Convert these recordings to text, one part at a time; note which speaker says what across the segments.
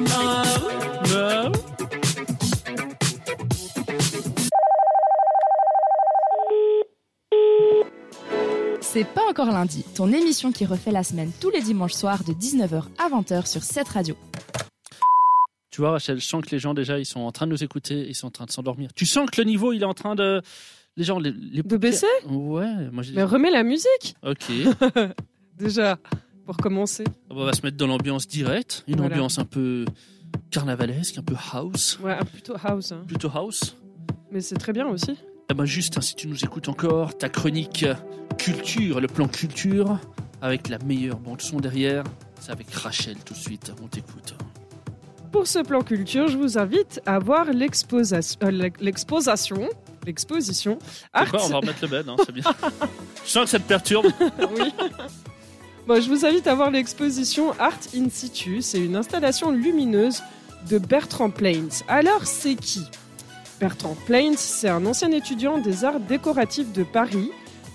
Speaker 1: Bah
Speaker 2: C'est pas encore lundi, ton émission qui refait la semaine tous les dimanches soirs de 19h à 20h sur cette radio.
Speaker 1: Tu vois, Rachel, je sens que les gens déjà, ils sont en train de nous écouter, ils sont en train de s'endormir. Tu sens que le niveau, il est en train de. Les gens, les. les
Speaker 3: De baisser
Speaker 1: Ouais, moi j'ai.
Speaker 3: Mais remets la musique
Speaker 1: Ok.
Speaker 3: déjà pour commencer.
Speaker 1: On va se mettre dans l'ambiance directe, une
Speaker 3: Voilà.
Speaker 1: ambiance un peu carnavalesque, un peu house,
Speaker 3: Ouais, ah, plutôt house. hein.
Speaker 1: plutôt house.
Speaker 3: Mais c'est très bien aussi.
Speaker 1: Ah bah juste, hein, si tu nous écoutes encore, ta chronique culture, le plan culture, avec la meilleure bande-son derrière, c'est avec Rachel tout de suite, on t'écoute.
Speaker 3: Pour ce plan culture, je vous invite à voir l'exposation, euh, l'ex- l'exposation, l'exposition
Speaker 1: C'est quoi,
Speaker 3: art.
Speaker 1: on va remettre le bed, hein, c'est bien. je sens que ça te perturbe.
Speaker 3: Oui. Bon, je vous invite à voir l'exposition Art in situ. C'est une installation lumineuse de Bertrand Plains. Alors, c'est qui Bertrand Plains, c'est un ancien étudiant des arts décoratifs de Paris,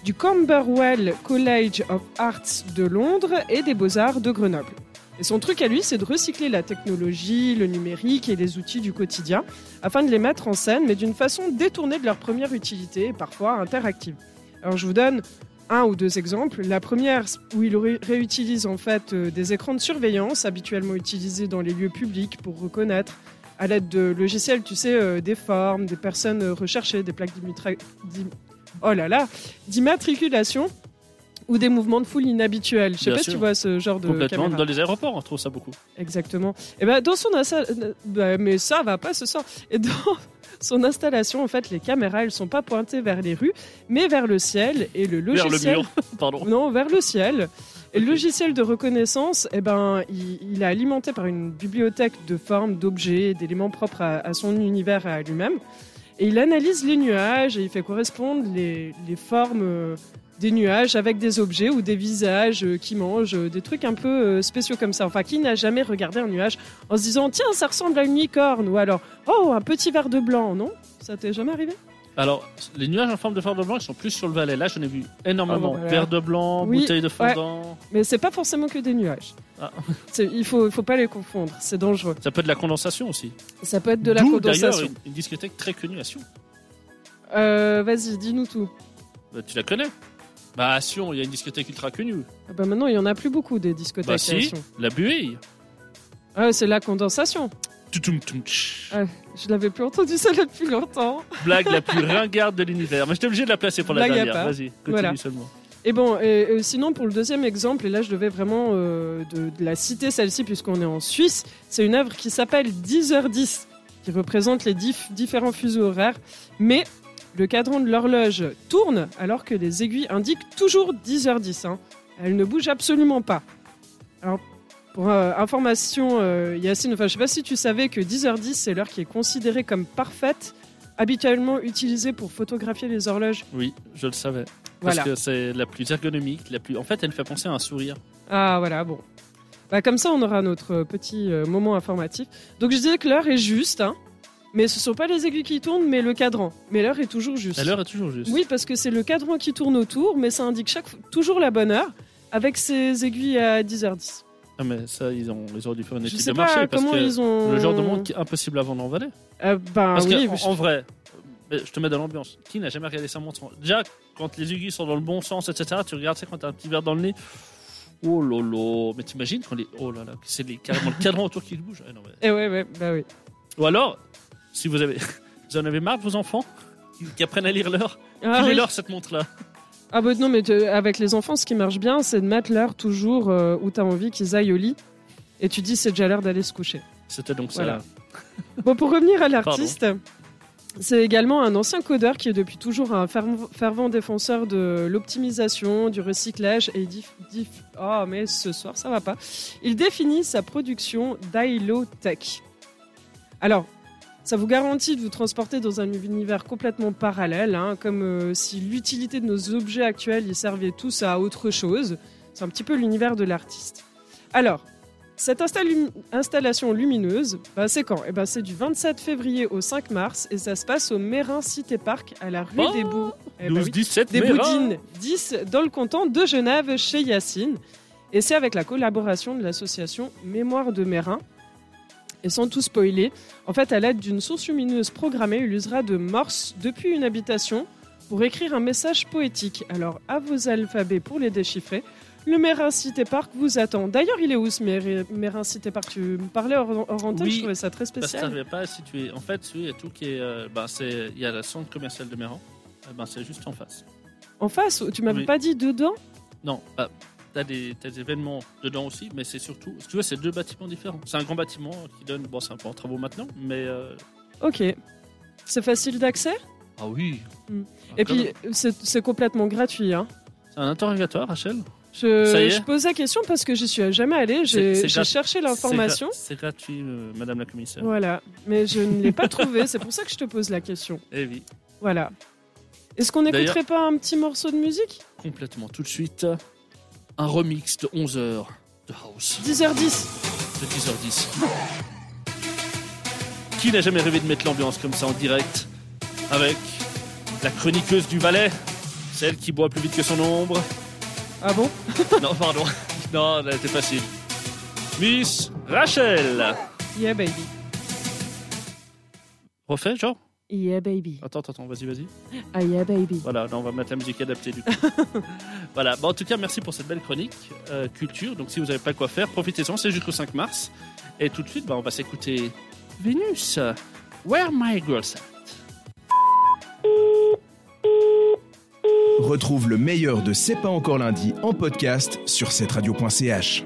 Speaker 3: du Camberwell College of Arts de Londres et des Beaux-Arts de Grenoble. Et son truc à lui, c'est de recycler la technologie, le numérique et les outils du quotidien afin de les mettre en scène, mais d'une façon détournée de leur première utilité et parfois interactive. Alors, je vous donne un ou deux exemples. La première, où il ré- réutilise en fait euh, des écrans de surveillance habituellement utilisés dans les lieux publics pour reconnaître à l'aide de logiciels, tu sais, euh, des formes, des personnes euh, recherchées, des plaques d'immutra- d'im- oh là là, d'immatriculation ou des mouvements de foule inhabituels. Je sais
Speaker 1: Bien
Speaker 3: pas si
Speaker 1: sûr.
Speaker 3: tu vois ce genre de
Speaker 1: Complètement,
Speaker 3: caméra.
Speaker 1: dans les aéroports, on trouve ça beaucoup.
Speaker 3: Exactement. Et ben dans son insta- euh, bah, mais ça va pas ce soir. Et dans son installation, en fait, les caméras, elles sont pas pointées vers les rues, mais vers le ciel et le logiciel.
Speaker 1: Vers le mur, pardon.
Speaker 3: Non, vers le ciel. Et le logiciel de reconnaissance, eh ben, il, il est alimenté par une bibliothèque de formes, d'objets, d'éléments propres à, à son univers, à lui-même. Et il analyse les nuages et il fait correspondre les, les formes euh, des nuages avec des objets ou des visages euh, qui mangent, euh, des trucs un peu euh, spéciaux comme ça. Enfin, qui n'a jamais regardé un nuage en se disant tiens, ça ressemble à une licorne ou alors oh, un petit verre de blanc, non Ça t'est jamais arrivé
Speaker 1: Alors, les nuages en forme de fer de blanc, ils sont plus sur le Valais. Là, j'en ai vu énormément.
Speaker 3: Ah bon, voilà.
Speaker 1: Verre de blanc,
Speaker 3: Oui,
Speaker 1: bouteille de fondant.
Speaker 3: Mais c'est pas forcément que des nuages.
Speaker 1: Ah.
Speaker 3: C'est- Il faut, faut pas les confondre, c'est dangereux.
Speaker 1: Ça peut être de la condensation aussi.
Speaker 3: Ça peut être de la
Speaker 1: D'où, d'ailleurs,
Speaker 3: condensation.
Speaker 1: une, une discothèque très connue à Sion.
Speaker 3: Euh, Vas-y, dis-nous tout.
Speaker 1: Bah, tu la connais Bah, à Sion, il y a une discothèque ultra connue.
Speaker 3: Ah bah maintenant, il y en a plus beaucoup des discothèques.
Speaker 1: Bah,
Speaker 3: à
Speaker 1: si,
Speaker 3: Sion.
Speaker 1: la buée.
Speaker 3: Ah, c'est la condensation.
Speaker 1: Toutoum, toum, tch.
Speaker 3: Ah. Je l'avais plus entendu ça depuis longtemps.
Speaker 1: Blague la plus ringarde de l'univers. Mais j'étais obligé de la placer pour la
Speaker 3: Blague à
Speaker 1: dernière.
Speaker 3: part.
Speaker 1: Vas-y, continue
Speaker 3: Voilà.
Speaker 1: seulement.
Speaker 3: Et bon, et, et sinon pour le deuxième exemple, et là je devais vraiment euh, de, de la citer celle-ci puisqu'on est en Suisse, c'est une œuvre qui s'appelle 10h10, qui représente les dif- différents fuseaux horaires, mais le cadran de l'horloge tourne alors que les aiguilles indiquent toujours 10h10. hein. Elle ne bouge absolument pas. Alors, pour euh, information, euh, Yacine, enfin, je sais pas si tu savais que 10h10, c'est l'heure qui est considérée comme parfaite, habituellement utilisée pour photographier les horloges.
Speaker 1: Oui, je le savais. Parce
Speaker 3: Voilà.
Speaker 1: que c'est la plus ergonomique, la plus. En fait, elle me fait penser à un sourire.
Speaker 3: Ah voilà, bon. Bah, comme ça, on aura notre euh, petit euh, moment informatif. Donc je disais que l'heure est juste, hein, mais ce sont pas les aiguilles qui tournent, mais le cadran. Mais l'heure est toujours juste.
Speaker 1: La l'heure est toujours juste.
Speaker 3: Oui, parce que c'est le cadran qui tourne autour, mais ça indique chaque fois- toujours la bonne heure, avec ses aiguilles à 10h10.
Speaker 1: Ah, mais ça, ils ont, ils ont dû faire une
Speaker 3: Je
Speaker 1: étude
Speaker 3: sais
Speaker 1: de
Speaker 3: pas
Speaker 1: marché. Parce
Speaker 3: comment
Speaker 1: que
Speaker 3: ils ont...
Speaker 1: le genre de monde qui est impossible à vendre en Valais.
Speaker 3: Euh, ben
Speaker 1: Parce
Speaker 3: Euh. oui,
Speaker 1: que, en,
Speaker 3: je-
Speaker 1: en vrai, euh, mais je te mets dans l'ambiance. Qui n'a jamais regardé sa montre Déjà, quand les aiguilles sont dans le bon sens, etc., tu regardes ça quand t'as un petit verre dans le nez. Oh lolo, mais t'imagines quand les. Oh là là, c'est les- carrément le cadran autour qui bouge. Ah non, mais-
Speaker 3: Eh ouais, ouais, bah oui.
Speaker 1: Ou alors, si vous avez. Vous en avez marre de vos enfants qui, qui apprennent à lire l'heure
Speaker 3: Ah, oui.
Speaker 1: leur cette montre-là.
Speaker 3: Ah bah non, mais te- avec les enfants, ce qui marche bien, c'est de mettre l'heure toujours euh, où t'as envie qu'ils aillent au lit, et tu dis c'est déjà l'heure d'aller se coucher.
Speaker 1: C'était donc ça.
Speaker 3: Voilà. Bon, pour revenir à l'artiste, c'est également un ancien codeur qui est depuis toujours un ferv- fervent défenseur de l'optimisation, du recyclage et dif, dif- oh, mais ce soir ça va pas. Il définit sa production d'Ilo Tech. Alors, ça vous garantit de vous transporter dans un univers complètement parallèle, hein, comme euh, si l'utilité de nos objets actuels ils servaient tous à autre chose. C'est un petit peu l'univers de l'artiste. Alors, cette installu- installation lumineuse, bah, c'est quand Eh ben, C'est du 27 février au 5 mars et ça se passe au Mérin Cité Park à la rue
Speaker 1: Oh
Speaker 3: des Bourgs. Eh ben
Speaker 1: 12,
Speaker 3: oui.
Speaker 1: 17,
Speaker 3: Des
Speaker 1: mais
Speaker 3: boudines, 10 dans le canton de Genève chez Yacine. Et c'est avec la collaboration de l'association Mémoire de Mérin. Et sans tout spoiler, en fait, à l'aide d'une source lumineuse programmée, il usera de morse depuis une habitation pour écrire un message poétique. Alors à vos alphabets pour les déchiffrer. Le Mérin Cité Park vous attend. D'ailleurs, il est où ce Mérin- Mérin Cité Park Tu me parlais hors, hors antenne,
Speaker 1: Oui,
Speaker 3: je trouvais ça très
Speaker 1: Parce que ça
Speaker 3: spécial.
Speaker 1: ne pas si tu es. En fait, oui, tout qui est. euh, ben, c'est. Il y a la centre commerciale de Méran. Eh ben, c'est juste en face.
Speaker 3: En face, tu m'avais
Speaker 1: Oui.
Speaker 3: pas dit dedans
Speaker 1: Non, bah, t'as des, t'as des événements dedans aussi, mais c'est surtout. Si tu veux, c'est deux bâtiments différents. C'est un grand bâtiment qui donne. Bon, c'est un peu en travaux maintenant, mais. euh,
Speaker 3: Ok. C'est facile d'accès
Speaker 1: Ah oui.
Speaker 3: Mm.
Speaker 1: Ah,
Speaker 3: Et
Speaker 1: quand
Speaker 3: puis,
Speaker 1: même.
Speaker 3: c'est c'est complètement gratuit. Hein.
Speaker 1: C'est un interrogatoire, Rachel. Ça y
Speaker 3: Je,
Speaker 1: est
Speaker 3: je pose la question parce que j'y suis jamais allée.
Speaker 1: C'est-
Speaker 3: J'ai
Speaker 1: c'est
Speaker 3: j'ai
Speaker 1: grat-
Speaker 3: cherché l'information.
Speaker 1: C'est gra- c'est gratuit, euh, madame la commissaire.
Speaker 3: Voilà. Mais je ne l'ai pas trouvée. C'est pour ça que je te pose la question.
Speaker 1: Eh oui,
Speaker 3: Voilà. Est-ce qu'on
Speaker 1: D'ailleurs-
Speaker 3: n'écouterait pas un petit morceau de musique
Speaker 1: complètement. Tout de suite, un remix de 11h de House
Speaker 3: 10h10.
Speaker 1: de 10h10. Qui n'a jamais rêvé de mettre l'ambiance comme ça en direct avec la chroniqueuse du Valais, celle qui boit plus vite que son ombre,
Speaker 3: Ah bon
Speaker 1: Non, pardon. Non, elle était facile. Miss Rachel.
Speaker 3: Yeah, baby.
Speaker 1: Refais, genre
Speaker 3: Yeah, baby.
Speaker 1: Attends, attends, vas-y, vas-y.
Speaker 3: Ah, yeah, baby.
Speaker 1: Voilà, là, on va mettre la musique adaptée du coup. voilà, Bon, en tout cas, merci pour cette belle chronique euh, culture. Donc, si vous n'avez pas quoi faire, profitez-en, c'est jusqu'au 5 mars. Et tout de suite, bah, on va s'écouter Vénus. Where my girls at
Speaker 4: Retrouve le meilleur de C'est pas encore lundi en podcast sur cette radio.ch.